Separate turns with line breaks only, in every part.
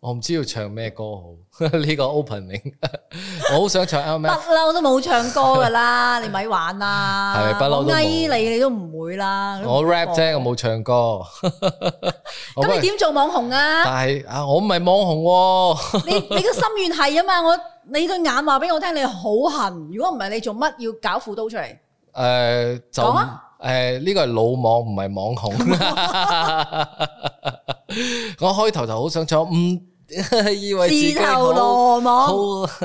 我唔知要唱咩歌好 呢個 opening，我好 想唱 L
不
M。
嬲都冇唱歌 噶啦，你咪玩啦。
係不嬲都冇
我翳你你都唔會啦。
我 rap 啫，我
冇。
冇唱歌。 我
咁
不
你點做網紅 啊？
但係啊，我唔係網紅喎。
你你個心願係啊嘛，我你對眼話俾我聽，你好痕。如果唔係，你做乜要搞副刀出嚟？
诶、就
講啊
诶呢個係老網唔係網紅。 我開頭就好想唱，唔 以為自己
自投
好
羅網。
好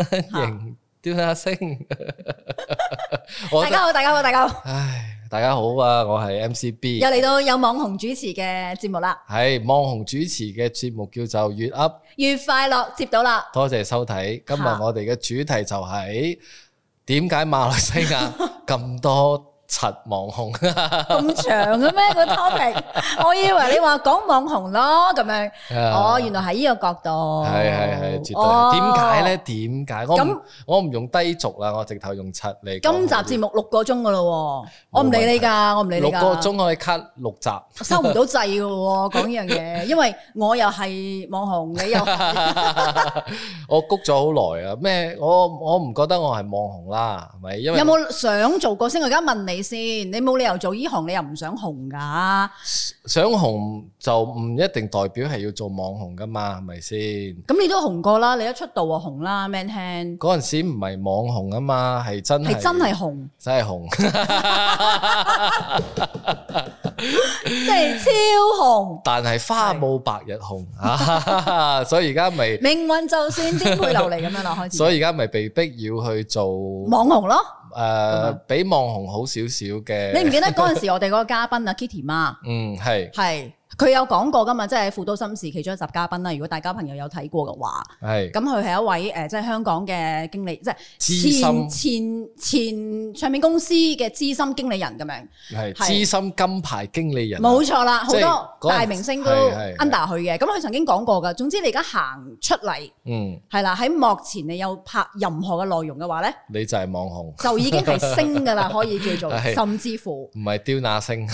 型，屌下 聲。我
大家好，大家好，大家好，
唉，大家好啊，我係 MCB。
又嚟到有網紅主持嘅節目啦，
系網紅主持嘅節目叫做粵 Up，
越快樂接 到啦。
多謝收睇。今日
嚇
我哋嘅主題就係點解馬來西 亞咁多柒網紅？
咁長嘅咩個 topic？我以為你話講網紅咯咁樣，哦，原來係呢個角度，
啊係係係，絕
哦
對。點解咧？？點解？我唔
咁
我唔用低俗啦，我直頭用柒嚟講。
今集節目六個鐘噶咯，我唔理你㗎，我唔理你
六
㗎，
個鐘可以 cut 六集，
收唔到掣㗎喎， 講呢樣嘢，因為我又係網紅， 你又係
我谷咗好耐啊！咩？我我唔覺得我係網紅啦，係咪？因為
有冇想做過先？我而家問你先，你冇理由做呢行，你又唔想紅㗎，
想紅就唔一定代表係要做網紅噶嘛，係咪先？
咁你都紅過啦，你一出道就紅啦，Man Hand
嗰陣時唔係網紅啊嘛，係真係
係真係紅，
真係 紅，
即係超紅。
但係花冇百日紅啊， 所以而家咪
命運就算顛沛流離咁 樣啦，開始。
所以而家咪被逼要去做
網紅咯，
誒，比網紅好少少
你唔
嘅，
記得嗰陣時我哋嗰個 嘉賓啊 Kitty 媽
嗯係
係佢有講過噶嘛，即係《富都心事》其中一集嘉賓啦。如果大家朋友有睇過嘅話，
係
咁佢係一位誒、呃即係香港嘅經理，即
資深
係前前前唱片公司嘅資深經理人咁樣，
係
係
資深金牌經理人，啊
冇錯啦，好
即係
多
嗰陣
大明星都
係係係
under 佢嘅。咁佢曾經講過噶，總之你而家行出嚟
嗯，
係啦，喺幕前你有拍任何嘅內容嘅話咧，
你就係網紅，
就已經係升噶 啦，可以叫做，
係
甚至乎。
唔係刁那星，
即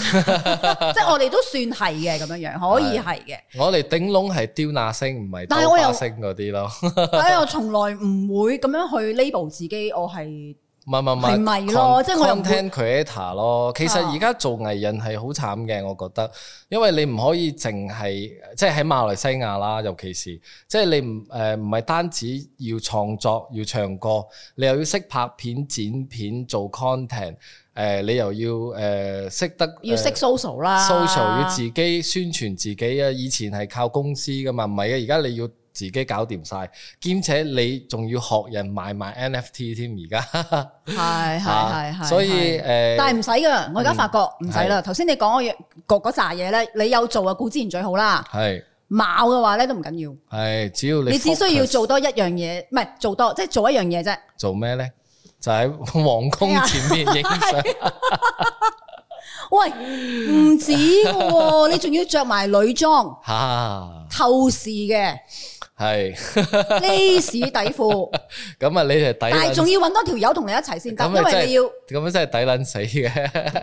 係我哋都算係嘅咁樣樣，可以係嘅。
我哋頂籠係刁那星，唔係
但係
兜
我
巴
又
星嗰啲咯，
但係我從來唔會咁樣去 label 自己，我係
唔係唔係唔
係咪咯即係我又唔會啊
content creator 咯。其實而家做藝人係好慘嘅，我覺得，因為你唔可以淨係即係喺馬來西亞啦，尤其是即係你唔誒唔係單止要創作要唱歌，你又要識拍片剪片做 content，誒、你又要誒、呃、識得
要識啊
呃
social 啦
social 要自己宣傳自己啊！以前係靠公司噶嘛，唔係啊！而家你要自己搞掂晒，兼且你仲要學人賣埋 NFT 添，而家。
係係係
啊
係。
所以
係
誒，
但係唔使
嗯
㗎，我而家發覺唔使啦。頭先你講嗰樣嗰嗰扎嘢咧，你有做啊，固之然最好啦。
係
冇嘅話咧都唔緊要，
係，只要你
你只需要
focus
做多一樣嘢，唔係做多即係做一樣嘢啫。
做咩咧？就喺 皇
哎
宮前面影 相，
喂，唔止嘅 喎，你仲要着埋女裝
嚇
透視嘅
啊係
呢士底褲。
咁啊！你係抵
但係仲
撚，
要揾多條友同你一齊先得，
咁
因
咪真係
為你要
咁樣真係抵撚死嘅，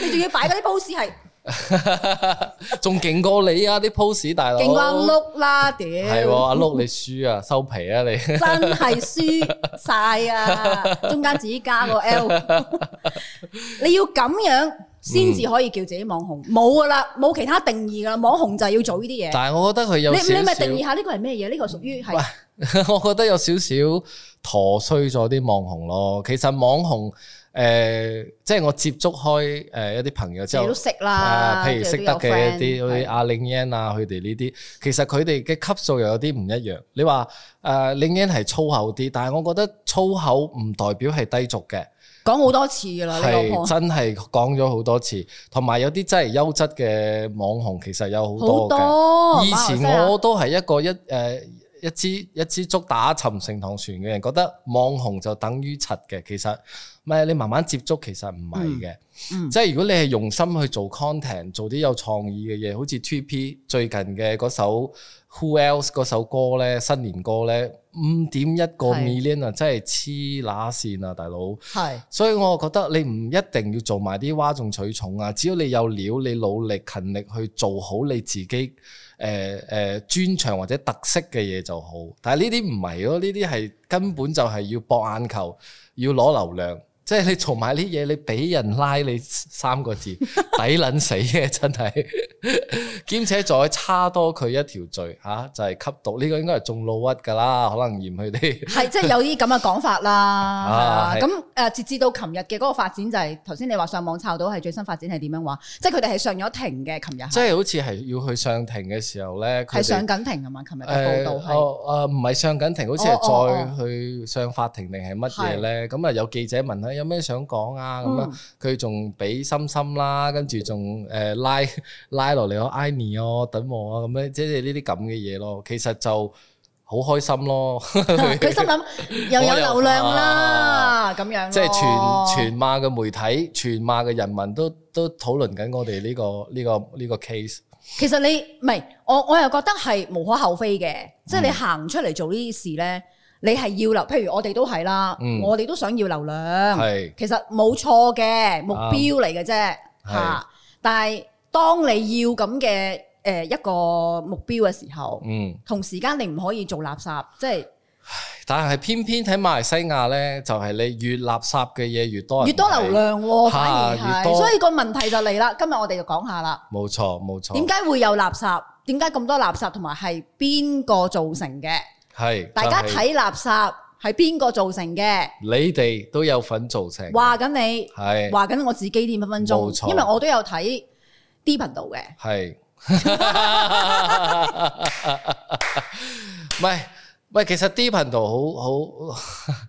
你仲要擺嗰啲 pose 係
仲勁過你啊！啲 pose 大佬，
勁過阿碌啦，屌！
係喎，阿碌你輸啊，收皮啊 你！
真係輸晒 啊！中間自己加個 L，你要咁樣先至可以叫自己網紅，冇噶啦，冇其他定義噶啦，網紅就係要做呢啲嘢。
但係我覺得佢有
你
少
你咪
少
定義。下呢個係咩嘢？呢個屬於係
喂 我覺得有少少陀衰咗啲網紅咯。其實網紅誒、呃即係我接觸開誒、呃一啲朋友之
自己
後
都，識
啊
啦，
譬如識
識
得嘅一啲好似
係
阿令英啊，佢哋呢啲，其實佢哋嘅級數又有啲唔一樣。你話誒令英係粗口啲，但係我覺得粗口唔代表係低俗嘅，
講好多次噶啦呢個
係
point
真係講咗好多次，同埋有啲真係優質嘅網紅，其實有好多嘅。
好多。
以
哦馬來西
前
亞
我都係一個一誒、呃一支一支竹打沉成塘船嘅人，覺得網紅就等於柒嘅。其實唔係你慢慢接觸，其實唔係嘅。
嗯
即係如果你係用心去做 content，做啲有創意嘅嘢，好似 TP 最近嘅嗰首 Who Else 嗰首歌咧，新年歌咧，五點一個
係
million 啊，真係黐乸線啊，大佬！
係
所以我覺得你唔一定要做埋啲哗眾取寵啊，只要你有料，你努力勤力去做好你自己誒誒專長或者特色嘅嘢就好。但係呢啲唔係咯，呢啲係根本就係要博眼球，要攞流量。即係你做埋呢嘢，你俾人拉你三個 字，抵撚死嘅真係。兼且再差多佢一條罪嚇、啊就係、吸毒呢、個應該係中老屈㗎啦，可能嫌佢哋。
係即係有啲咁嘅講法啦
啊。係
係咁誒，截至到琴日嘅嗰個發展就係頭先你話上網抄到係最新發展係點樣話，即係佢哋係上咗庭嘅，琴日
即
係
係好似係要去上庭嘅時候咧，佢
係
哋
上緊庭啊嘛，琴日嘅報
誒
道係。
哦誒唔係上緊庭，好似
哦哦
係再去上法庭定係乜嘢咧？咁啊有記者問佢有咩想講啊？咁啊
嗯
佢仲俾心心啦，跟住仲誒拉 拉落嚟我 I n 哦，等我啊咁樣，即係呢啲咁嘅嘢咯。其實就好開心 咯，
佢心諗又有流量啦，咁樣咯
即係全全馬嘅媒體、全馬嘅人民都都討論緊我哋呢個呢個呢個 case。
其實你唔係我，我又覺得係無可厚非嘅，即係你行出嚟做呢啲事咧，你係要流，譬如我哋都係啦，
嗯
我哋都想要流量，
係
其實冇錯嘅目標嚟嘅啫
係
嚇。但係當你要咁嘅誒一個目標嘅時候，
嗯。
同時間你唔可以做垃圾，即係
但係偏偏喺馬來西亞咧，就係、你越垃圾嘅嘢越多人
越多
睇
流，量喎，
哦嚇
反而
越
係，
多
所以個問題就嚟啦。今日我哋就講下啦。
冇錯冇錯。
點解會有垃圾？點解咁多垃圾？同埋係邊個造成嘅？
係
大家
就係
睇垃圾係邊個造成嘅？
你哋都有份造成，
話緊你，
係
話緊我自己添分分
冇
鐘，
錯
因為我都有睇 D 頻道嘅。
係， 唔係唔係，其實 D 頻道好好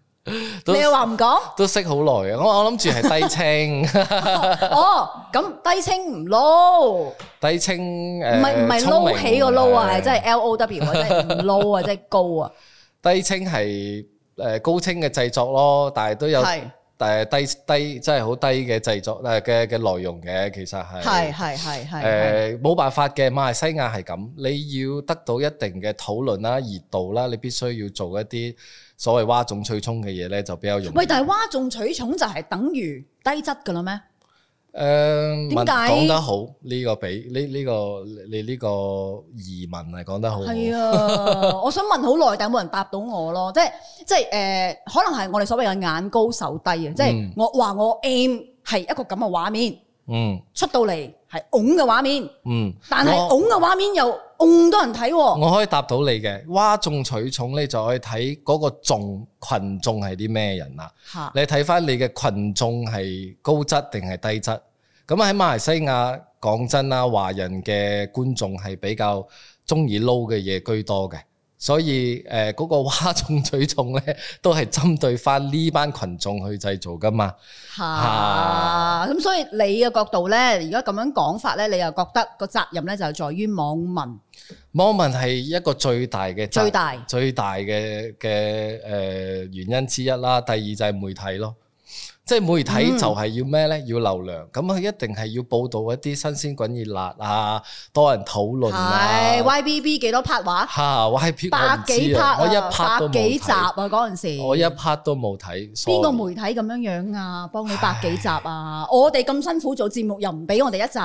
都
你又話 唔講？
都識好耐嘅，我我諗住 係低清
哦，咁低清唔撈，唔
低清誒，
係唔係撈起個撈啊，係真
係
係 L O W 啊，真係唔撈啊，真係高啊，
低清係誒高清嘅製作咯，但係都有。
係
但係低低真係好低嘅製作誒嘅嘅內容嘅，其實係
係係係係
誒冇辦法嘅，馬來西亞係咁，你要得到一定嘅討論啦、熱度啦，你必須要做一啲所謂哗眾取寵嘅嘢咧，就比較容易。
喂，但係嘩眾取寵就係等於低質㗎啦咩？
誒
點解
講得好呢、個比呢呢、個你呢個移民係講得好好。
係 啊，我想問好耐，但係冇人答到我咯。即係即係誒、呃可能係我哋所謂嘅眼高手低啊。即係
嗯
我話我 aim 係一個咁嘅畫面
嗯
出到嚟係㧬嘅畫面，
嗯，
但係
我
㧬嘅畫面又㧬多人睇喎。
我可以答到你嘅，嘩眾取寵你就可以睇嗰個眾群眾係啲咩人啊啦。
嚇
你睇翻你嘅群眾係高質定係低質？咁啊喺馬來西亞講真啦，華人嘅觀眾係比較中意撈嘅嘢居多嘅，所以誒嗰、個嘩眾取寵咧，都係針對翻呢班群眾去製造噶嘛。
嚇
啊
咁，所以你嘅角度咧，而家咁樣講法咧，你又覺得個責任咧就係在於網民
網民係一個最大嘅責
最大
最大嘅嘅誒原因之一啦。第二就係媒體咯，即係媒體
嗯
就係要咩呢？要流量，咁佢一定係要報導一啲新鮮滾熱辣啊，多人討論
係
啊。
YBB 幾多 part 話
嚇！我係
百幾 part
啊，我一
啊，
part 都
百幾
冇
集啊
睇，
嗰陣時。
我一 part 都冇睇。
邊個
sorry
媒體咁樣樣啊？幫你百幾集啊？我哋咁辛苦做節目，又唔俾我哋一 集，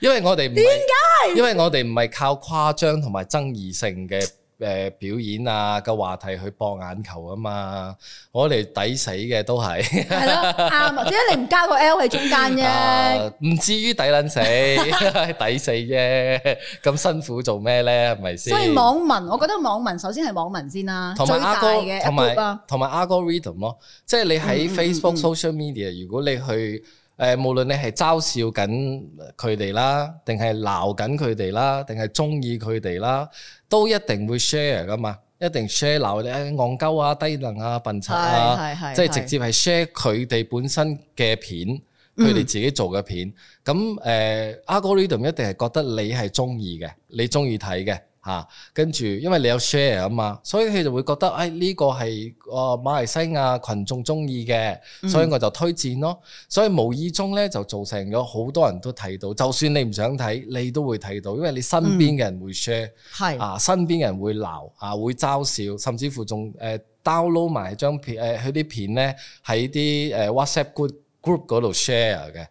因為我哋唔點解？因為我哋唔係靠誇張同埋爭議性嘅誒、呃表演啊嘅話題去博眼球啊嘛，我哋抵死嘅都係，
係咯啱啊！點解你唔加個 L 喺中間啫？
啊唔、至於抵撚死， 抵死啫，咁辛苦做咩咧？係咪先？
所以網民，我覺得網民首先係網民先啦，最
同埋
大
algo
嘅
同
group 啊
埋，同埋 algorithm 咯，即係你
嗯嗯
喺
嗯
Facebook
嗯
social media，如果你去誒、呃，無論你係嘲笑緊佢哋啦，定係鬧緊佢哋啦，定係中意佢哋啦，都一定會 share 噶嘛，一定 share 鬧你誒戇鳩啊、低能啊、笨柒啊，
係係
即係直接係 share 佢哋本身嘅片。
嗯
佢哋自己做嘅片，咁誒、呃 algorithm 一定係覺得你係中意嘅，你中意睇嘅嚇，嚇、跟住因為你有 share 啊嘛，所以佢就會覺得誒呢、個係哦馬來西亞群眾中意嘅，
嗯
所以我就推薦咯。所以無意中咧就造成咗好多人都睇到，就算你唔想睇，你都會睇到，因為你
嗯
身邊嘅人會 share、
係
啊，身邊嘅人會鬧啊，會嘲笑，甚至乎仲誒 download 埋張片誒呃佢啲片咧喺啲誒 WhatsApp group group 嗰度 share 嘅，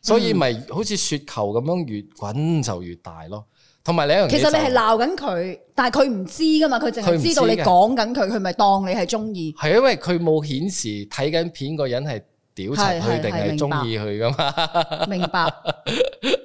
所
嗯
以咪好似雪球咁樣越滾就越大咯。同埋另一樣嘢
其實
就
你係鬧緊佢，但係佢唔知噶嘛，佢淨
佢唔
係
知
知道你
嘅
講緊佢，佢咪當你係中意。
係因為佢冇顯示睇緊片個人係屌柒
係
佢
係
定
係
係
明
中意佢噶嘛。
明 白。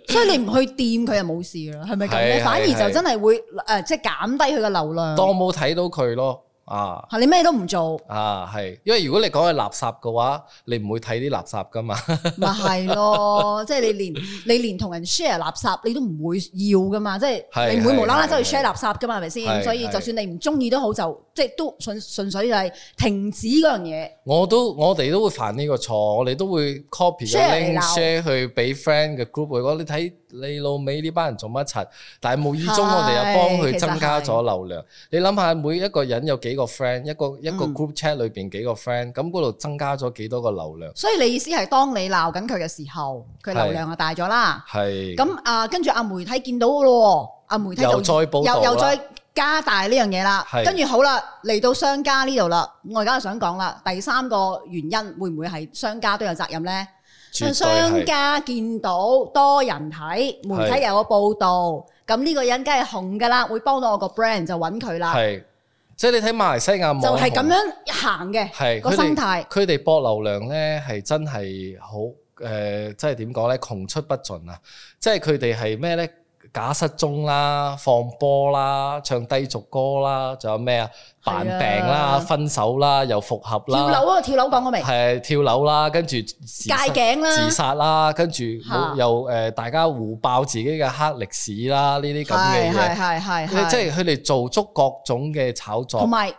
所以你唔去掂佢就冇事啦，係咪咁
係
咧？
係
反而
係
就真係會诶，呃即係減低佢嘅流量。
當冇睇到佢咯，啊
係你咩都唔做，
啊係，因為如果你講係垃圾嘅話，你唔會睇啲垃圾噶嘛。
咪係咯？ 即係你連你連同人 share 垃圾，你都唔會要噶嘛？即
係
係你唔會無啦啦
係
走去
係
share 垃圾噶嘛？係咪
係
先？所以
係
就算你唔中意都好，就即係都純纯粹就係停止嗰樣嘢。
我都我哋都會犯呢個錯，我哋都會 copy 個
Share 嚟
link
鬧
share 去俾 friend 嘅 group 佢講，你睇你老尾呢班人做乜柒？但係無意中我哋又幫佢
係
增加
其實係
咗流量。你諗下，每一個人有幾個 friend，一個一個
嗯
group chat 裏邊幾個 friend，咁嗰度增加咗幾多個流量？
所以你意思係當你鬧緊佢嘅時候，佢
係
流量就大咗啦。
係
咁啊，跟住阿媒體見到咯喎，阿媒體就
又再報導
又又
啦
再加大呢樣嘢啦。
係
跟住好啦，嚟到商家呢度啦，我而家就想講啦，第三個原因會唔會係商家都有責任呢？
絕
商
對係
家見到多人睇，媒體有個報導，咁呢個人梗係紅㗎啦，會幫到我個 brand 就揾佢啦，
係，即係你睇馬來西亞網
就係
紅
咁樣行嘅
係
個
佢哋
生態。
佢哋博流量咧係真係好誒、呃即係點講咧？窮出不盡啊！即係佢哋係咩咧？假失蹤啦，放波啦，唱低俗歌啦，仲有咩啊？
係啊
扮病啦，分手啦，又復合
跳樓
啦，
嗰個跳樓講過未？
係跳樓啦，跟住自
戒
殺
頸啦
自。殺啦，跟住冇
嚇
又誒大家互爆自己嘅黑歷史啦，呢啲咁嘅
係係
嘢，
係係係，
即係佢哋做足各種嘅炒作
同。埋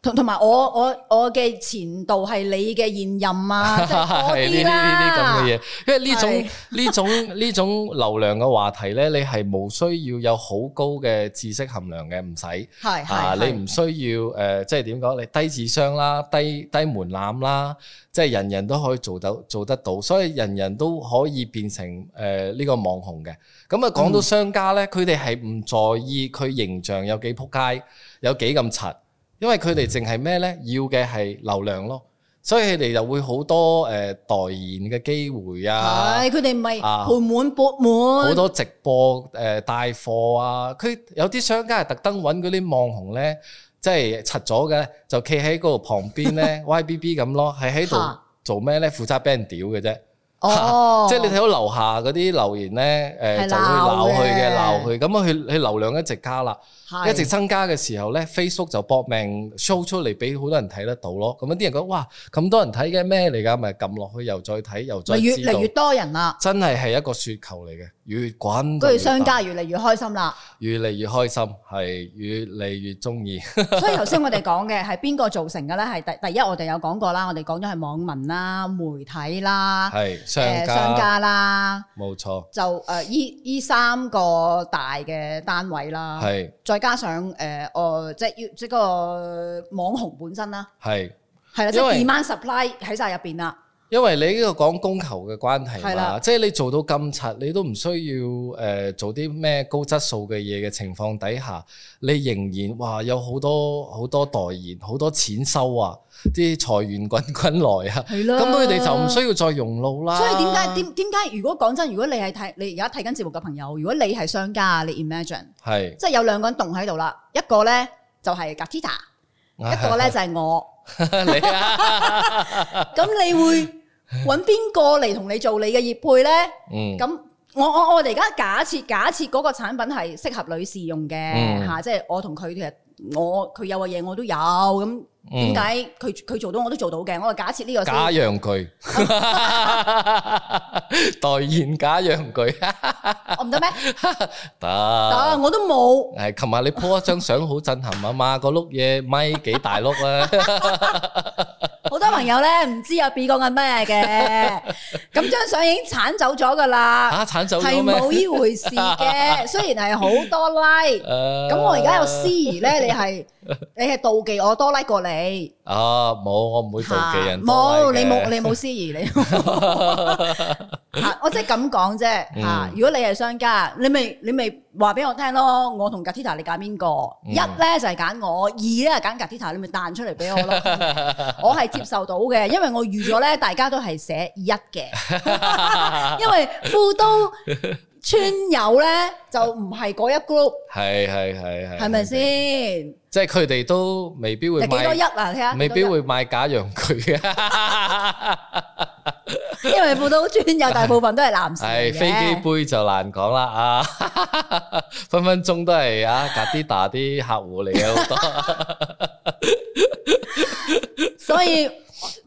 同同埋我我我嘅前度係你嘅現任啊，即係嗰
係呢啲
啲
呢啲咁
啦
嘅。嘢，因為呢種
係
呢種呢種流量嘅話題咧，你係冇需要有好高嘅知識含量嘅，唔使
係
啊，
係
你唔需要誒、呃即係點講？你低智商啦，低低門檻啦，即係人人都可以做到做得到，所以人人都可以變成呃誒呢、個網紅嘅。咁啊，講到
嗯
商家咧，佢哋係唔在意佢形象有幾撲街，有幾咁柒，因為
嗯
佢哋淨係咩咧？要嘅係流量咯。所以佢哋就會好多誒、呃代言嘅機會啊，
係佢哋唔係
啊
盤滿缽滿，
好多直播誒、呃帶貨啊，佢有啲商家係特登揾嗰啲網紅咧，即係柒咗嘅，就企喺嗰度旁邊 咧 YBB 咁咯，係喺度
嚇
做咩咧？負責俾人屌嘅啫。
哦，
啊即係你睇到樓下嗰啲留言咧，誒、
係
就會鬧佢嘅，鬧
鬧
佢，咁啊佢佢流量一直加啦，
係
一直增加嘅時候咧，Facebook 就搏命 show 出嚟俾好多人睇得到咯。咁啊啲人講哇咁多人睇嘅咩嚟㗎？咪撳落去又再睇又再
咪
知
越
道，
嚟越多人啦，
真係係一個雪球嚟嘅，越滾就
跟
越
住商
大
家越嚟越開心啦。
越嚟越開心，係越嚟越中意。
所以頭先我哋講嘅係邊個造成嘅咧？係第第一，我哋有講過啦，我哋講咗係網民啦、媒體啦、
係商
啊誒商
家
家啦，
冇錯，
就誒依依三個大嘅單位啦。
係
再加上誒，呃我、即係要即係個網紅本身啦，
係。
係啦，即
因為
係 demand supply 喺晒入邊啦，
因為你呢個講供求嘅關係
係
啦，
啦
即係你做到咁柒，你都唔需要誒、呃做啲咩高質素嘅嘢嘅情況底下，你仍然哇有好多好多代言，好多錢收啊，啲財源滾滾來 啊，
係
咁佢哋就唔。需要再用腦啦。
所以點解點點解？如果講真，如果你係睇你而家睇緊節目嘅朋友，如果你係商家啊，你 imagine
係
即係有兩個人棟喺度啦，一個咧就係 Gatita，一個咧就係我。
你啊，
咁你會揾邊個嚟同你做你嘅業配咧？
嗯
咁我我我哋而家假設假設嗰個產品係適合女士用嘅
嗯
嚇、即係我同佢其實我佢有嘅嘢我都有，咁點解佢佢做到我都做到嘅？我就假設呢個先
假陽具代言假陽具
我 唔得咩？
得
啊，。我都冇，
誒，琴日你 po 一張相好震撼啊嘛，個碌嘢咪幾大碌啊，
好多朋友咧唔知阿 B 講緊 咩嘅，咁張相已經剷走咗噶啦，
嚇鏟走
係
咗咩？
冇呢回事 嘅。雖然係好多 like，咁
咁
我而家有思疑咧，你係你係妒忌我多 like 過你，
啊冇，我唔 會妒忌人
嚇
多
冇
拉
你
嘅
冇你冇思疑你， 嚇啊我即係咁講啫啊
嗯
嚇。如果你係商家，你咪你咪話俾我聽咯，我同 Gatita 你揀邊個？
嗯
一咧就係揀我，二咧係揀 Gatita，你咪彈出嚟俾我 咯。我係接受到嘅，因為我預咗咧，大家都係寫 一嘅，因為富都村友咧就唔係嗰一 group，
係係係係，
係咪？先？
即係佢哋都未必會
有幾多一
買，
啊？睇下
未必
幾多一，
會買假陽 具嘅。
因為富都村友大部分都係男士
係
嚟嘅
飛機杯就難講啦啊！ 分分鐘都係啊，格啲打啲客户嚟嘅好多。
所以唔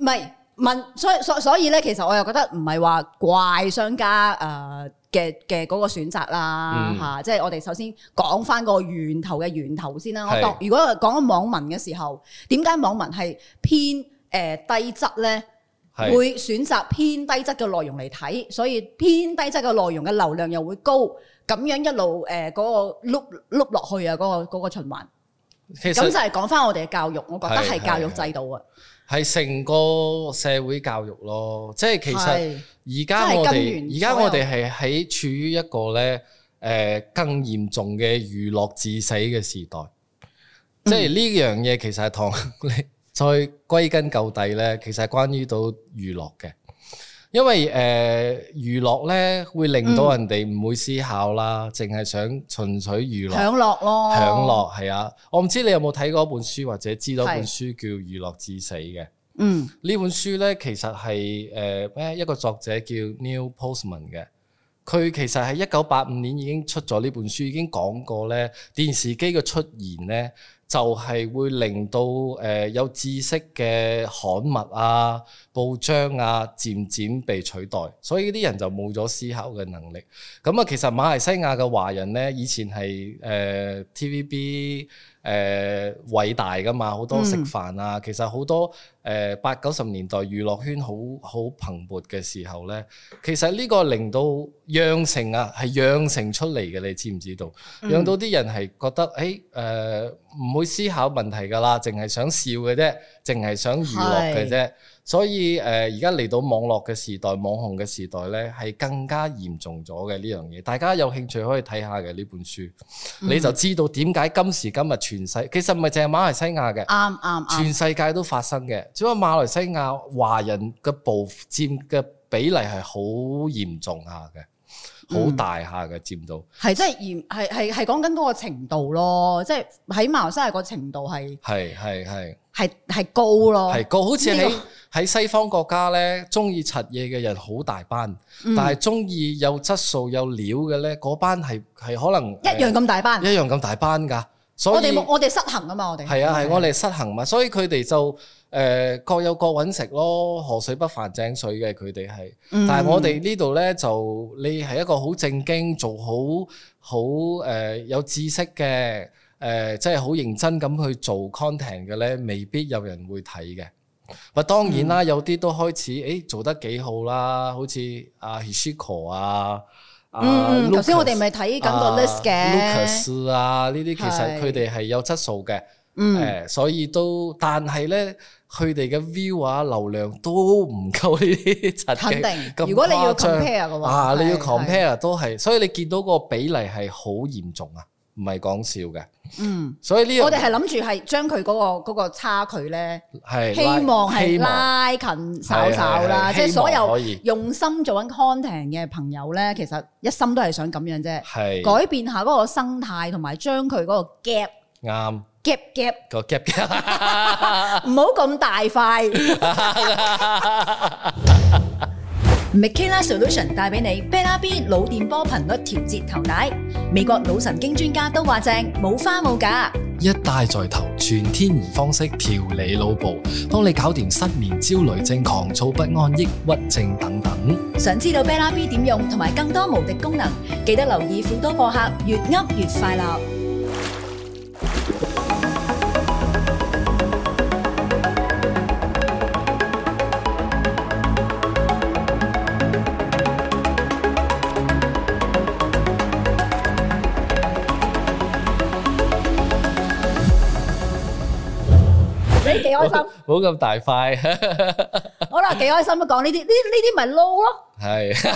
係問，所以所所以咧，其實我又覺得唔係話怪商家誒。呃嘅嘅嗰個選擇啦
嗯
嚇、即係我哋首先講翻個源頭嘅源頭先啦。我
係
當如果講緊網民嘅時候，點解網民係偏誒、呃低質呢？
係
會選擇偏低質嘅內容嚟睇，所以偏低質嘅內容嘅流量又會高，咁樣一路呃誒嗰個碌碌落去啊，嗰、個嗰個循環。
其
咁就
實
係講翻我哋嘅教育，我覺得
係
係
係
教育制度啊。
係成個社會教育咯，即係其實
係
而家我
真係根源
哋而家
所有
我哋係喺處於一個咧誒、呃更嚴重嘅娛樂致死嘅時代，
嗯
即係呢樣嘢其實係同你 再歸根究底咧，其實係關於到娛樂嘅。因為誒、呃、娛樂咧，會令
嗯
到人哋唔會思考啦，淨係、想純粹娛樂。
享樂咯，
享樂係啊，我唔知你有冇睇過一本書或者知道一本
係
書叫《娛樂至死》嘅。
嗯
呢本書呢，其實係誒呃咩一個作者叫 Neil Postman 嘅，佢其實喺一九八五年已經出咗呢本書，已經講過呢電視機嘅出現呢，就係、會令到誒、呃有知識嘅刊物啊、報章啊，漸漸被取代，所以啲人就冇咗思考嘅能力。咁啊，其實馬來西亞嘅華人呢，以前係誒、呃 TVB 誒、呃、偉大噶嘛，好多食飯啊，其實好多誒八九十年代娛樂圈好好蓬勃嘅時候呢，其實呢個令到養成啊，係養成出嚟嘅，你知唔知道？養到啲人係覺得誒誒唔會思考問題㗎啦，淨係想笑嘅啫，淨係想娛樂嘅啫。所以誒，呃而家嚟到網絡嘅時代、網紅嘅時代呢，係更加嚴重咗嘅呢樣嘢。大家有興趣可以睇下嘅呢本書，
嗯
你就知道點解今時今日全世其實唔係淨係馬來西亞嘅。
啱啱啱
全世界都發生嘅，只不過馬來西亞華人嘅部佔嘅比例係好嚴重下嘅，
嗯
好大下嘅佔到，
係真係嚴係係係講緊嗰個程度咯，即係喺馬來西亞個程度係
係係係
係係高咯，
係個好似
哦呢
喺
個
喺西方國家咧，中意柒嘢嘅人好大班，
嗯
但係中意有質素有料嘅咧，嗰班係係可能呃
一樣咁大班。
一樣咁大班㗎，所
我
以
哋冇我哋失衡啊嘛，我哋
係啊，係我哋失衡嘛，所以佢哋就誒、呃各有各揾食咯，河水不犯井水嘅佢哋係。
嗯
但係我哋呢度呢，就你係一個好正經、做好好誒、呃有知識嘅誒、呃即係好認真咁去做 content 嘅呢，未必有人會睇嘅。咪當然
嗯
啦，有啲都開始誒、欸做得幾好啦，好似阿 Hishiko 啊，啊
嗯嗯，頭先我哋
Lucas
咪睇緊個 list
啊
嘅，
Lucas 啊，呢啲其實
係
佢哋係有質素嘅，誒、
嗯，
所以都，但係咧，佢哋嘅 view 啊、流量都唔夠呢啲柒嘅
肯定。
咁
如果你要
誇張
compare 嘅話，
啊，你要
係
compare 都係，所以你見到個比例係好嚴重啊，唔係講笑嘅。
係嗯，
所以呢樣
我哋係諗住係將佢嗰個嗰個差距咧。
係
希
拉
望係
希望
拉近稍稍啦，
係係係
即係所
希望可
有
以
用心做緊 content 嘅朋友咧，其實一心都係想咁樣啫，
係
改變下嗰個生態，同埋將佢嗰個 gap
啱
gap gap
個 gap 嘅。
唔好咁大塊。Mikela Solution 帶俾你 Bella B 腦電波頻率調節頭帶，美國腦神經專家都話正，冇花冇假。
一帶在頭，全天然方式調理腦部，幫你搞掂失眠、焦慮症、狂躁不安、抑鬱症等等。
想知道 Bella B 點用同埋更多無敵功能，記得留意富多播客，越噏越快樂。你幾開心？
冇咁大塊，
好啦，幾開心都講呢啲，呢呢啲咪撈咯。
係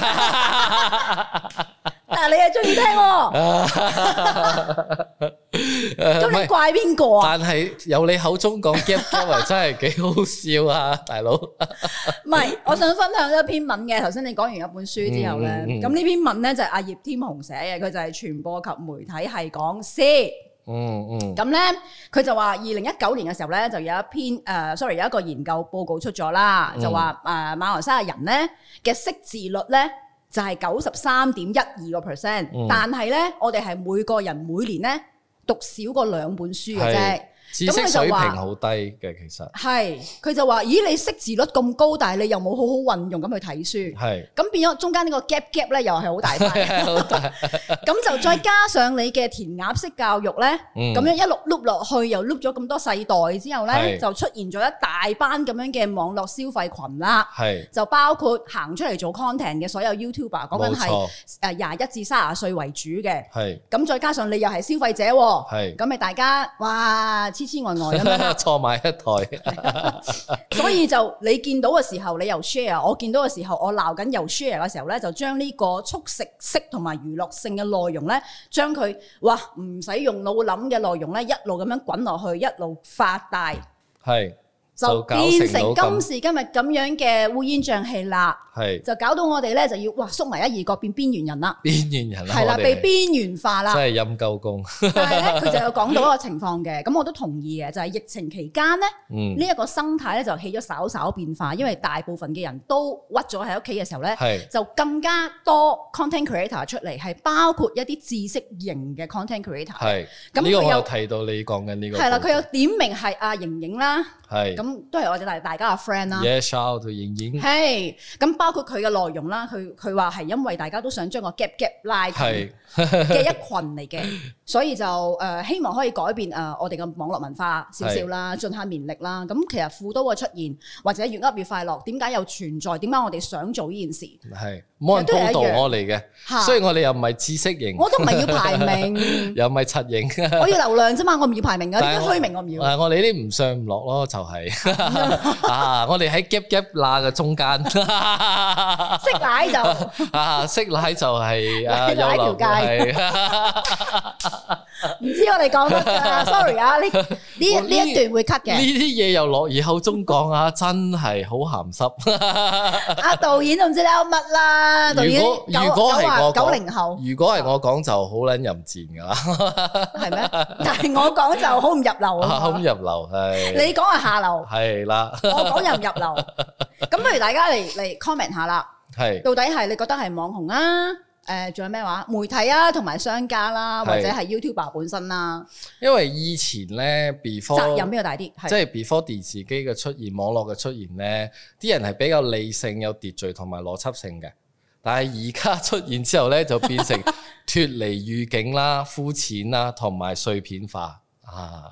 但係你又中意聽喎，
Ờ, 唔
咁你
係
怪邊個啊？
但係由你口中講 gap cover 真係幾好笑啊，大佬。
唔係， 我想分享一篇文嘅。頭先你講完一本書之後咧，
嗯嗯嗯
咁呢篇文咧就係阿葉天雄寫嘅，佢就係傳播及媒體係講師。
嗯嗯
咁咧，佢就話二零一九年嘅時候咧，就有一篇誒、s o r r y 有一個研究報告出咗啦，
嗯
就話誒、呃、馬來西亞人咧嘅識字率咧就係九十三點一二個 percent，
嗯
但係咧我哋係每個人每年咧讀少過兩本書嘅啫
係。知識水平好低嘅，其實
係，佢就話：咦，你識字率咁高，但係你又冇好好運用咁去睇書。
係
咁變咗中間呢個 gap gap 咧，又係好大 塊。
好大。
咁就再加上你嘅填鴨式教育咧，
嗯
咁樣一路碌落去，又碌咗咁多世代之後咧，
係
就出現咗一大班咁樣嘅網絡消費群啦。
係
就包括行出嚟做 content 嘅所有 YouTuber，講
冇
緊係
錯，
誒廿一至三十歲為主嘅。
係
咁再加上你又係消費者喎，
係
咁咪大家哇痴痴呆呆咁樣 啦。
錯買一台，
所以就你見到嘅時候，你又 share；我見到嘅時候，我鬧緊又 share 嘅時候咧，就將呢個速食式同埋娛樂性嘅內容咧，將佢哇唔使用腦諗嘅內容咧，一路咁樣滾落去，一路發大，
係
就
就搞成
變成
到咁
今時今日咁樣嘅烏煙瘴氣啦。
係
就搞到我哋咧就要哇縮埋一二角，變邊緣人啦，
邊緣人
係啦，
我哋
被
係
邊緣 化啦
真。係陰鳩公。
但係咧，佢就有講到一個情況嘅，咁我都同意嘅，就係、疫情期間咧。
嗯
呢，一個生態咧就起咗稍稍變化，因為大部分嘅人都屈咗喺屋企嘅時候咧，
係
就更加多 content creator 出嚟，係包括一啲知識型嘅 content creator。
係。
咁
呢個
佢
我
有
有提到你講緊呢個。嗯
係啦，佢有點名係阿盈盈啦，
係
咁都係我哋大大家嘅 friend 啦。
Yes, shout 到盈盈
係，咁包括佢嘅內容啦，佢佢話係因為大家都想將個 gap gap 拉近
係
嘅一群嚟嘅，所以就誒、呃希望可以改變誒、呃我哋嘅網絡文化少少啦，盡下綿力啦。咁其實富都嘅出現或者越噏越快樂，點解有存在？點解我哋想做呢件事？
係冇人報道我嚟嘅，
嚇
雖然我哋又唔係知識型，
我都唔係要排名，
又唔係柒型，
我要流量啫嘛，我唔要排名㗎，
但
點
係
解
我
虛名我唔要？
誒我哋呢啲唔上唔落咯，就 係啊，我哋喺 gap gap 罅嘅中間
識奶就
啊，識奶就係啊
奶
有
奶
流
條街唔知我哋講 乜㗎，sorry 啊！呢呢
我
呢一段會 cut
呢
嘅。
啲嘢又落而口中講啊，真係好鹹濕。
阿啊導演都唔知你有乜啦，導演
如果
九
如果
九
係
啊
我
九
講
零後
如果係我講就好撚淫賤㗎啦，
係 咩？但係我講就好唔入流
啊
啊
空入！流係
你講係下流。
係啦，
我講入唔入流？咁不如大家嚟嚟 comment 下啦，
係
到底係你覺得係網紅啊？誒、仲有咩話？媒體啊，同埋商家啦、或
係
者係 YouTuber 本身啦、
因為以前咧 before
責任邊個大啲？
即
係
係 before 電視機嘅出現、網絡嘅出現呢，啲人係比較理性、有秩序同埋邏輯性嘅。但係而家出現之後呢，就變 成脱離預警啦、膚淺啦，同埋碎片化啊。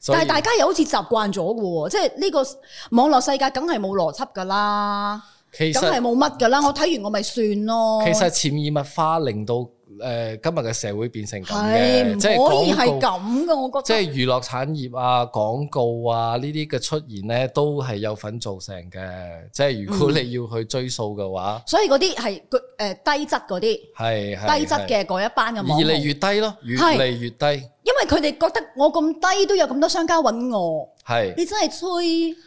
所以
但係大家又好似習慣咗嘅喎，即係呢個網絡世界梗係冇邏輯㗎啦，
其
梗係
實
冇乜㗎啦。我睇完我咪算咯。
其實潛移默化令到誒、呃今日嘅社會變成咁
係
嘅，
唔
即係
可以
廣
係
告。
咁嘅，我覺
即
得。
係娛樂產業啊、廣告啊呢啲嘅出現呢，都係有份造成嘅。即係如果
嗯
你要去追溯嘅話，
所以嗰啲係佢誒低質嗰啲低
係係係
質嘅嗰一班嘅網
越嚟
紅，
越低咯，越
係
嚟越低，
因為佢哋覺得我咁低都有咁多商家揾我。
係
你真係吹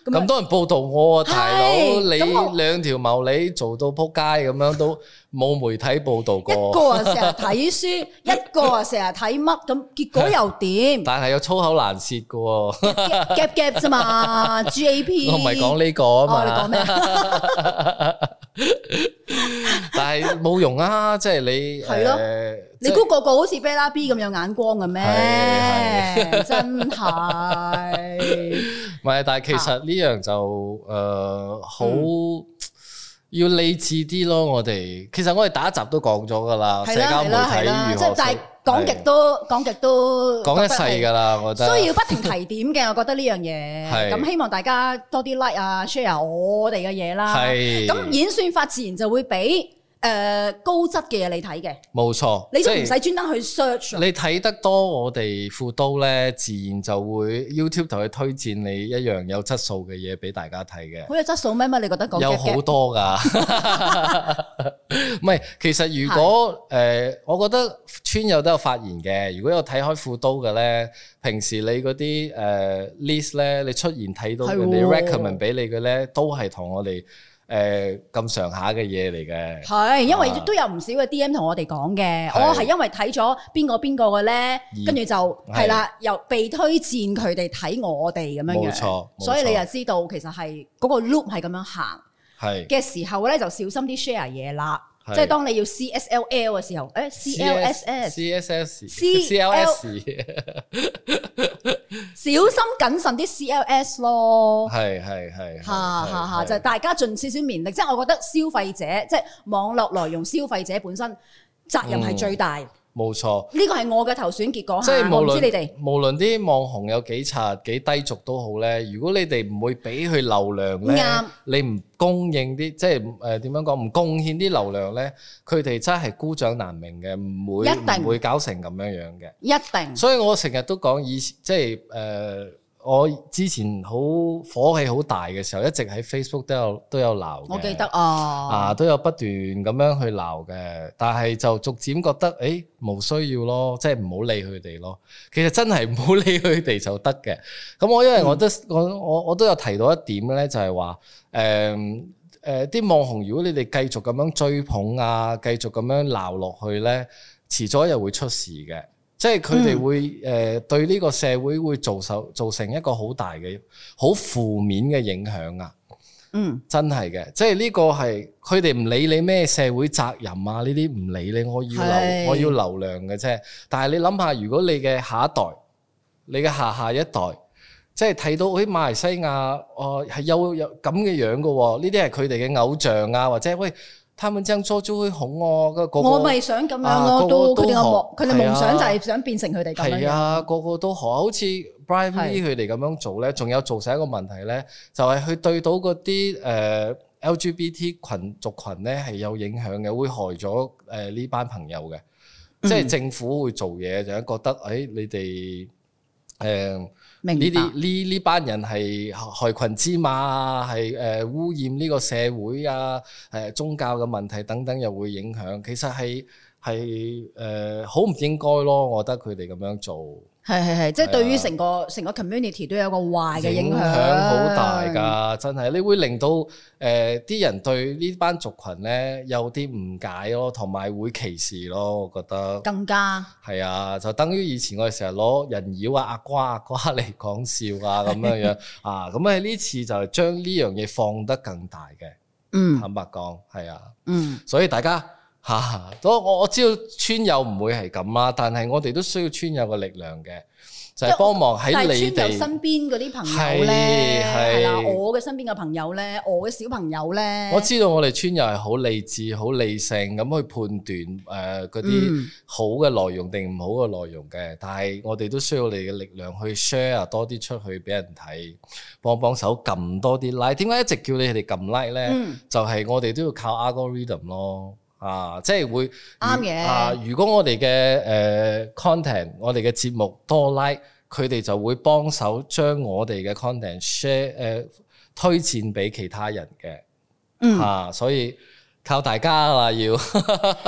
咁
咁
樣，
多人報道我啊，
係
大佬，
咁我
你兩條茂利做到撲街咁樣都冇媒體報道
一
過，
個啊成日睇書，一個啊成日睇乜，咁結果又 點
但係又粗口難舌嘅喎，
？gap gap 啫嘛，GAP。
我唔係講呢個啊
哦，你
嘛，
講咩啊？
但係冇用啊，即係你
係咯
誒
你
即係
估個個好似 Bella B 咁有眼光嘅咩
係？
真 係
唔係，但係其
啊
實呢樣就誒、呃好、
嗯
要理智啲咯。我哋其實我哋打一集都講咗㗎啦，啊社
係啦
交
係
媒
啦係啦，
體如
即係
何
但係講極都講極都
講一
覺得係
世㗎啦，我覺得
需要不停提點嘅，我覺得呢樣嘢。
係
咁希望大啊家多啲 like 啊，share 我哋嘅嘢啦。
係
咁演算法自然就會俾誒、诶高質嘅嘢你睇嘅，
冇錯，
你
即
都唔
係
使專登去 search 啊。
你睇得多我哋副刀咧，自然就會 YouTube 就會推薦你一樣有質素嘅嘢俾大家睇嘅。
好有質素咩乜？你覺得講
有
嘅
好
嘅
多噶， 唔係其實如果诶、呃我覺得村友都有發言嘅。如果有睇開副刀嘅咧，平時你嗰啲诶 list 咧，你出現睇到
係
嘅，
喎
你 recommend 俾你嘅咧，都係同我哋诶咁上下嘅嘢嚟嘅。
係，因為
啊
都有唔少嘅 DM 同我哋講嘅，
係
我係因為睇咗邊個邊個嘅咧，跟住就
係
係啦，又被推薦佢哋睇我哋咁樣
冇
樣，
錯，冇
所以你
錯
就知道其實係嗰個 loop 係咁樣行
係
嘅時候咧，就小心啲 share 嘢啦。
係
即係當你要 CSLL 嘅時候，誒 CLSS
CSS
CLS
CLS
小心謹慎啲 CLS 咯。
係係係
嚇
係
嚇嚇！
係
就大家盡少少綿力，即係我覺得消費者，即係網絡內容消費者本身責任係最大。呢
冇錯。
個係我嘅投選結果
嗯即係
嚇，哦我
無
唔知
論
你哋
無論啲網紅有幾柒幾低俗都好咧，如果你哋唔會俾佢流量
啱
咧，你唔供應啲即係誒點樣講唔貢獻啲流量咧，佢哋真係孤掌難鳴嘅，唔
一定
會唔會搞成咁樣樣嘅。
一定
所以我成日都講以前即係誒、呃我之前好火氣好大嘅時候，一直喺 Facebook 都有都有鬧嘅。
我記得啊
啊，，都有不斷咁樣去鬧嘅，但係就逐漸覺得，誒、冇需要咯，即係唔好理佢哋咯。其實真係唔好理佢哋就得嘅。咁我因為我都、我我我都有提到一點咧，就係話誒誒啲網紅，如果你哋繼續咁樣追捧啊，繼續咁樣鬧落去咧，遲早又會出事嘅。即係佢哋會誒、呃、對呢個社會會造受造成一個好大嘅好負面嘅影響啊！
嗯，
真係嘅，即係呢個係佢哋唔理你咩社會責任啊，呢啲唔理你，我要
係
流我要流量嘅啫。但係你諗下，如果你嘅下一代，你嘅下下一代，即係睇到誒馬來西亞，哦、係有有咁嘅樣嘅喎，呢啲係佢哋嘅偶像啊，或者喂，他們將做咗會紅我個個
我咪想咁樣
啊
咯，
個個
都
都
佢哋嘅夢，
學
佢哋夢想
係
就
啊
係想變成佢哋咁樣
係
樣。
啊，個個都學，好似 Brian
係
Lee 佢哋咁樣做咧，仲有造成一個問題咧，就係、佢對到嗰啲呃誒 LGBT 群族群咧係有影響嘅，會害咗誒呢班朋友嘅，即
嗯
係政府會做嘢就係覺得誒、哎你哋誒。呃
明
呢
白
啲呢呢班人係害群之馬啊，係誒、呃污染呢個社會啊，誒、宗教嘅問題等等又會影響。其實係係誒好唔應該咯，我覺得佢哋咁樣做
係係係，即係對
係
於
啊
成個成個 community 都有個壞嘅影響，
響好大。㗎，真係你會令到呃誒啲、人對呢班族群咧有啲誤解咯，同埋會歧視咯，我覺得。
更加
係啊，就等於以前我哋成日攞人妖啊、阿瓜啊、瓜嚟講笑啊咁樣 樣啊，咁啊呢次就係將呢樣嘢放得更大嘅，
嗯
坦白講係啊，
嗯
所以大家嚇、啊都我我知道村友唔會係咁啦，但係我哋都需要村友嘅力量嘅，就係、幫忙喺
但
你
係村友
哋。
身邊嗰啲朋友咧，
係係
係啦，我嘅身邊嘅朋友咧，我嘅小朋友咧，
我知道我哋村友係好理智、好理性咁去判斷誒呃嗰啲
嗯
好嘅內容定唔好嘅內容嘅，但係我哋都需要你嘅力量去 share 多啲出去俾人睇，幫幫手撳多啲 like。點解一直叫你哋撳 like 咧？
嗯
就係我哋都要靠 algorithm 咯。啊，即係會
啱嘅
啊，如果我哋嘅誒 content，我哋嘅節目多 like，佢哋就會幫手將我哋嘅 content share 誒、推薦俾其他人嘅。
嗯，
啊，所以靠大家啦，要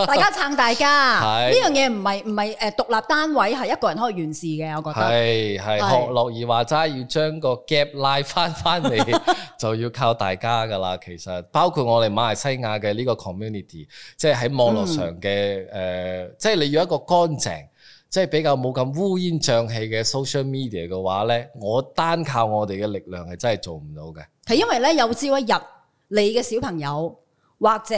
大家撐大 家，
係
呢樣嘢唔係唔係誒獨立單位，係一個人可以完事嘅，我覺得。
係係
係
學樂兒話齋，要將個 gap 拉翻翻 嚟，就要靠大家噶啦。其實包括我哋馬來西亞嘅呢個 community，即係喺網絡上嘅
嗯
誒、呃即係你要一個乾淨。即係比較冇咁烏煙瘴氣嘅 social media 嘅話呢，我單靠我哋嘅力量係真係做唔到嘅。
係因為咧，有朝一日你嘅小朋友或者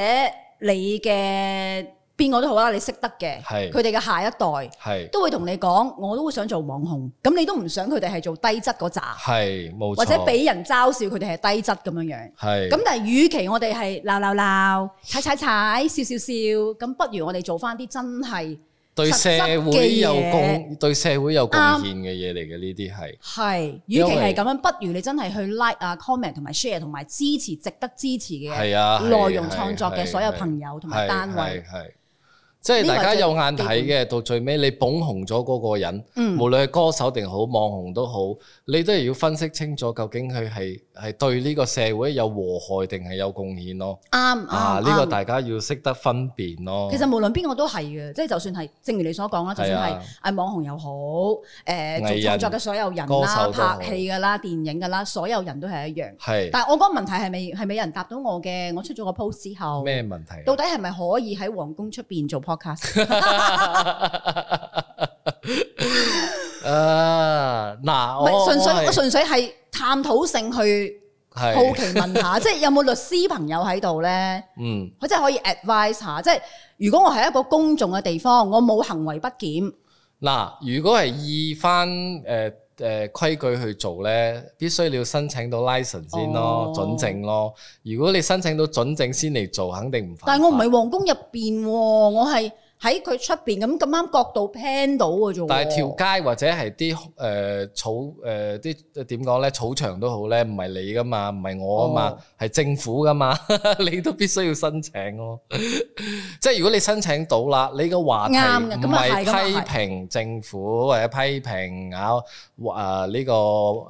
你嘅邊個都好啦，你識得嘅，
係
佢哋嘅下一代
係
都會同你講，我都會想做網紅，咁你都唔想佢哋係做低質嗰扎，
係冇錯，
或者俾人嘲笑佢哋係低質咁樣樣。
係
咁但係，與其我哋係鬧鬧鬧、踩踩踩、笑笑笑，咁不如我哋做翻啲真係
對社會有
實質嘅
貢對社會有貢獻嘅嘢嚟嘅呢啲係。
係，與
因
其
為
係咁樣，不如你真係去 like 啊、comment 同埋 share 同埋支持值得支持嘅
係啊，係
內容創作嘅所有朋友同埋單位。
係係係即係大家有眼睇嘅，到最尾你捧紅咗嗰個人，
嗯
無論係歌手定好網紅都好，你都係要分析清楚究竟佢係係對呢個社會有禍害定係有貢獻咯。
啱
啊，
啱
呢個
啱
大家要識得分辨咯。
其實無論邊個都係嘅，即係就算係，正如你所講啦，就算
係
係
啊
誒網紅又好，誒、做
藝人
創作嘅所有人
歌
啦、
手都好
拍戲噶啦、電影噶啦，所有人都係一樣。
係
但係我嗰個問題係咪係咪有人答到我嘅？我出咗個 post 之後，
咩問題？
到底係咪可以喺皇宮出邊做 podcast？
啊，嗱，
唔係
我
純粹我
我係
純粹係探討性去好
係
奇問下，即係有冇律師朋友喺度咧？
嗯
佢真係可以 advise 下，即係如果我係一個公眾嘅地方，我冇行為不檢，
嗱，如果係依翻誒誒規矩去做咧，必須你要申請到 license 先咯
哦，
準證咯。如果你申請到準證先嚟做，肯定唔犯法。
但係我唔係皇宮入邊喎，我係喺佢出邊咁咁啱角度 pan 到嘅啫喎。
但係條街或者係啲誒草誒啲呃點講咧，草場都好咧，唔係你噶嘛，唔係我噶嘛
哦，
係、政府噶嘛， 你都必須要申請咯。即係如果你申請到啦，你個話題
啱嘅
唔
咁啊
係
係咁啊
批
係
評政府或者批評啊啊呢個誒、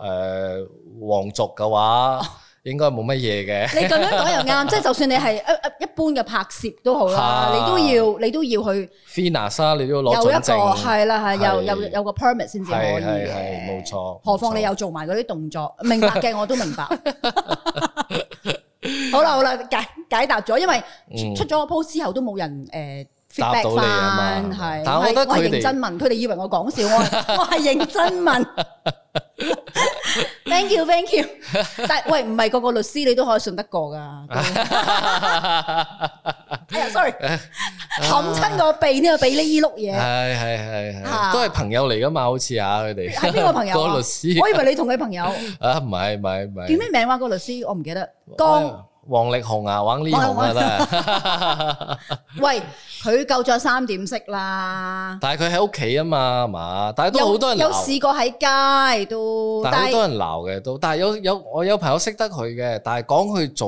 呃皇族嘅
哦
話，應該冇乜嘢嘅。
你咁樣講又啱，即係就算你係呃一一般嘅拍攝都好啦，
嚇
你都要你都要去
Finasa 你都要
有
攞
一個
準證，
係啦係有
係
有有個 permit 先至可以
係
嘅
係冇錯
何
冇錯
況你有做埋嗰啲動作， 明白嘅我都明白。 好啦好啦，解解答咗，因為
嗯
出咗個 post 之後都冇人誒。
答到
feedback
你啊
翻
嘛
係，
但係我覺得
係
佢哋
認真問，佢哋以為我講笑， 我係我係認真問。Thank you thank you，但係喂唔係個個律師你都可以信得過 㗎。都哎呀，sorry，冚親個鼻呢個鼻呢依碌 嘢。
係係係係，
嚇
都係朋友嚟噶嘛？好似啊，佢哋
係邊個朋 友
個
啊？
律師
我以為你同佢朋友
啊，唔係唔係唔係，
叫咩名話？個律師我唔記得。江
哎王力宏啊，玩呢行
王
啊
力宏
都係，
喂，佢夠咗三點式啦。
但係佢喺屋企啊嘛，係嘛，但係
有
都好多人
有
鬧，
試過喺街都，
但係
但
好多
係
人鬧嘅都，但係有有我有朋友識得佢嘅，但係講佢做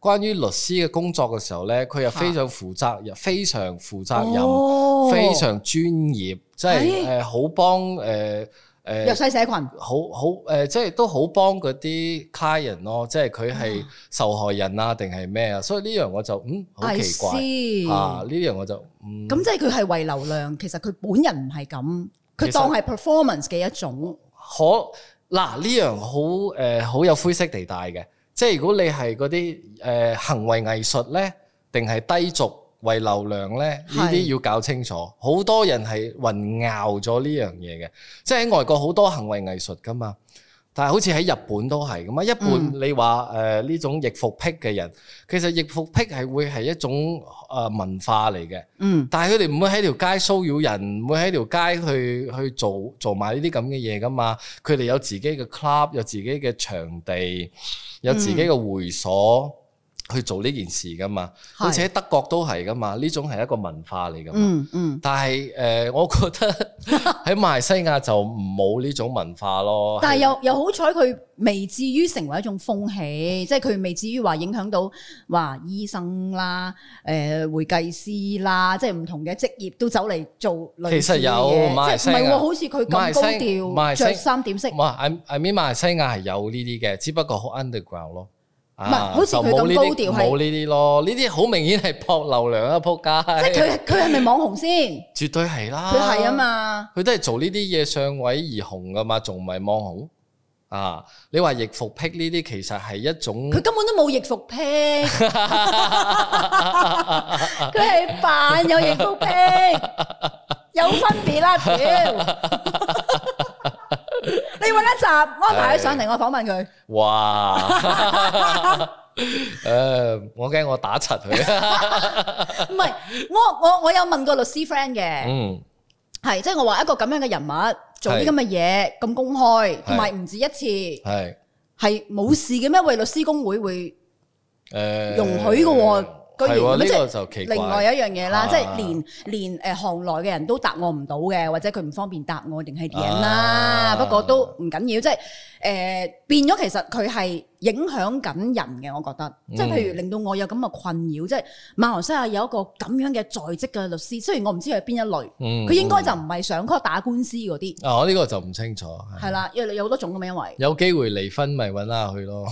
關於律師嘅工作嘅時候咧，佢又非常負責任，非常負責任，
哦哎
非常專業，即係
係
誒好幫誒誒
弱勢社群。
好好誒、呃即係都好幫嗰啲 client 咯，即係佢係受害人啊，定係咩啊？所以呢樣我就嗯好
I
奇怪
see
啊！呢樣我就嗯
咁即係佢係為流量，其實佢本人唔係咁，
其實
佢當係 performance 嘅一種。
可嗱呢樣好誒好有灰色地帶嘅，即係如果你係嗰啲誒行為藝術咧，定係低俗為流量咧，呢
係
啲要搞清楚。好多人係混淆咗呢樣嘢嘅，即係喺外國好多行為藝術噶嘛。但係好似喺日本都係咁啊！日
嗯
本你話誒呢種易服癖嘅人，其實易服癖係會係一種誒、呃文化嚟嘅。
嗯，
但係佢哋唔會喺條街騷擾人，唔會喺條街去去做做埋呢啲咁嘅嘢噶嘛。佢哋有自己嘅 club，有自己嘅場地，有自己
嗯
嘅會所、去做呢件事噶嘛。
係
好似喺德國都係噶嘛，呢種係一個文化嚟噶嘛。
嗯嗯。
但係誒、呃我覺 得喺馬來西亞就冇呢種文化咯。
但係
哦係啊
又又好彩，佢未至於成為一種風氣，即係佢未至於話影響到話醫生啦、誒、會計師啦，即係唔同嘅職業都走嚟做
其
類似嘅嘢
實有馬來
即
西
係唔
亞
係喎？好似佢
馬來
咁
西
高
馬
調
來西
着三點式，唔
唔係，I I mean 馬來西亞係有呢啲嘅，只不過好 underground 咯。唔
係好似佢咁高調係
冇呢啲咯，呢啲好明顯係博流量啊！仆
即係
街，
佢佢係咪網紅先？
絕對係啦。
佢係啊，嘛，
佢都係做呢啲嘢上位而紅噶嘛，仲唔係網紅啊？你話易服癖呢啲其實係一種
佢根本都冇易服 癖，佢係扮有易服癖，有分別啦， 屌！你揾一集安排佢上嚟，我訪問佢。
哇！ 誒、我驚我打柒 佢。
唔係，我我我有問過律師 friend 嘅，
嗯，
係即係我話一個咁樣嘅人物做啲咁嘅嘢咁公開，同埋唔止一次，
係
係冇事嘅咩？喂，律師公會會
誒，
容許嘅喎，咁居然
係喎
咁
呢
即係
個就奇怪
另外一樣嘢啦，
啊
即係連連誒行內嘅人都答我唔到嘅，或者佢唔方便答我定係點啦。
啊
不過都唔緊要，即係誒變咗其實佢係影響緊人嘅，我覺得。
嗯
即係譬如令到我有咁嘅困擾，即係馬來西亞有一個咁樣嘅在職嘅律師，雖然我唔知佢係邊一類，
嗯，
佢應該就唔係上 court 打官司嗰啲，
嗯啊，我呢個就唔清楚，係
係啦，因為有好多種咁樣，因為。
有機會離婚咪揾下佢咯。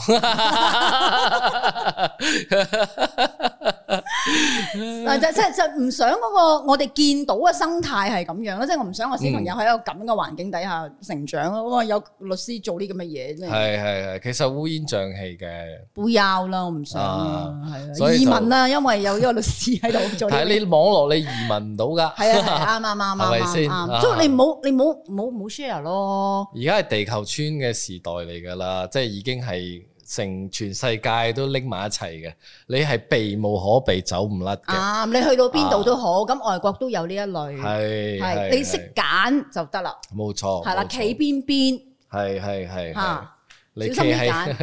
嗯
嗱，就啊即係就唔想嗰個我哋見到嘅生態係咁樣咯，即係我唔想我小
嗯
朋友喺一個咁嘅環境底下成長咯。哇，有律師做呢咁嘅嘢，真係
係係係，其實烏煙瘴氣嘅。
會拗啦，我唔想啊
啊
係啊，
所以
移
就
民啦，因為有呢個律師喺度 做呢
但
啲
係
嘢。
你網絡你移民唔到㗎。
係啊，係啱
係
啱啱
咪
啱
先
啱，
啊
即係你唔好你唔好唔好唔好 share 咯，
而家係地球村嘅時代嚟㗎啦，即係已經係成全世界都拎埋一齊嘅，你係避無可避，走唔甩嘅，
啱你去到邊度都好，咁外國都有呢一類，
啊係
係
係
你識揀就得啦，
係冇錯，
係啦，
冇錯
企邊邊
係係係係
嚇，
你企
小心啲
喺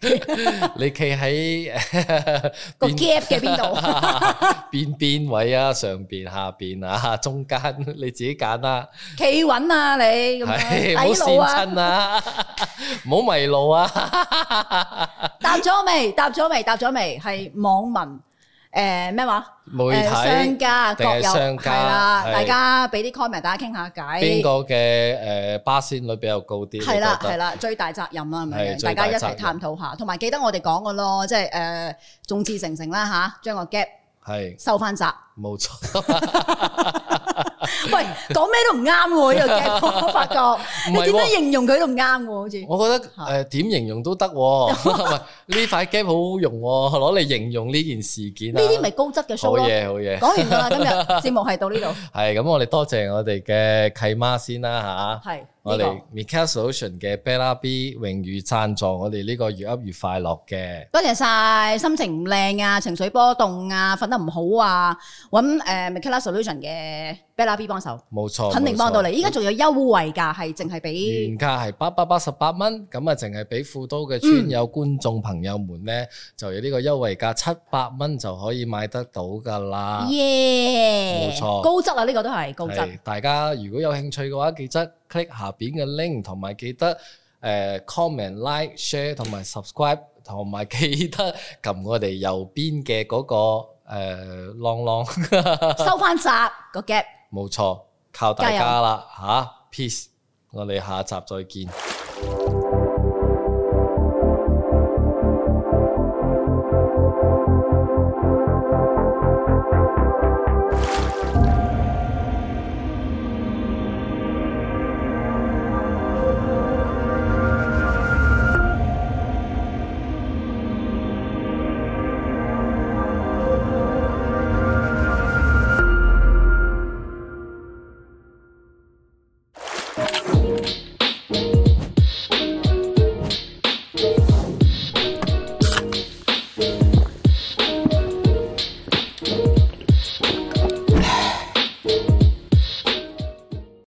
你企喺
個
邊
gap 嘅邊度。
邊邊位啊，上邊下邊啊， 中間你自己揀啦，
企穩啊你咁
係
樣，
唔好
睇路啊
跣，親啊，唔好迷路啊，
答咗未？答咗未？答咗未？係網民誒咩話？
媒
誒
體
商家各
定係
有
商
係
家
啦，
係
大家俾啲 comment，大家傾下偈。
邊個嘅誒呃巴仙率比較高啲？
哎係啦
你覺得
係啦，最大責任啦，咁
係
樣
最
大
大
家一齊
責任
探討下，同埋記得我哋講嘅咯，即係誒眾志成城啦吓，將個 gap
係
收 翻窄。
冇錯，
喂，講咩都唔啱喎，呢個 gap 我發覺，
唔
你
係喎
點樣形容佢都唔啱喎，好似。
我覺得誒點形容都 得喎。喂，呢塊 game 好好用喎，攞嚟形容呢件事件啊！
呢啲咪高質嘅
好
show 咯。
嘢，好嘢。
講完㗎啦，今日節目係到呢度，
係咁，我哋多謝我哋嘅契媽先啦吓，
係呢
我
個
哋。Mika Solution 嘅 Bella B 榮譽贊助我哋呢個越噏越快樂嘅。
多謝晒，心情唔靚啊，情緒波動啊，瞓得唔好啊，揾誒 m i c a e l a Solution 嘅 Bella B 幫手，
冇錯，
肯定幫到
哦冇錯
你。依家仲有優惠價，係淨係俾
原價係八百八十八蚊，咁啊，淨係俾富都嘅
嗯
村友觀眾朋友們呢，就有呢個優惠價七百蚊就可以買得到噶啦。
耶，
嗯啊冇錯
高質啊，呢個都係高質，
係大家如果有興趣嘅話，記得 click 下邊嘅 link，同埋記得誒、呃 comment、like、share 同埋 subscribe，同埋記得撳我哋右邊嘅嗰、個誒啷啷，
收翻窄個 gap。
冇錯，靠大家啦吓 p e a c e 我哋下集再見。
Hãy subscribe cho kênh Ghiền Mì Gõ Để không bỏ lỡ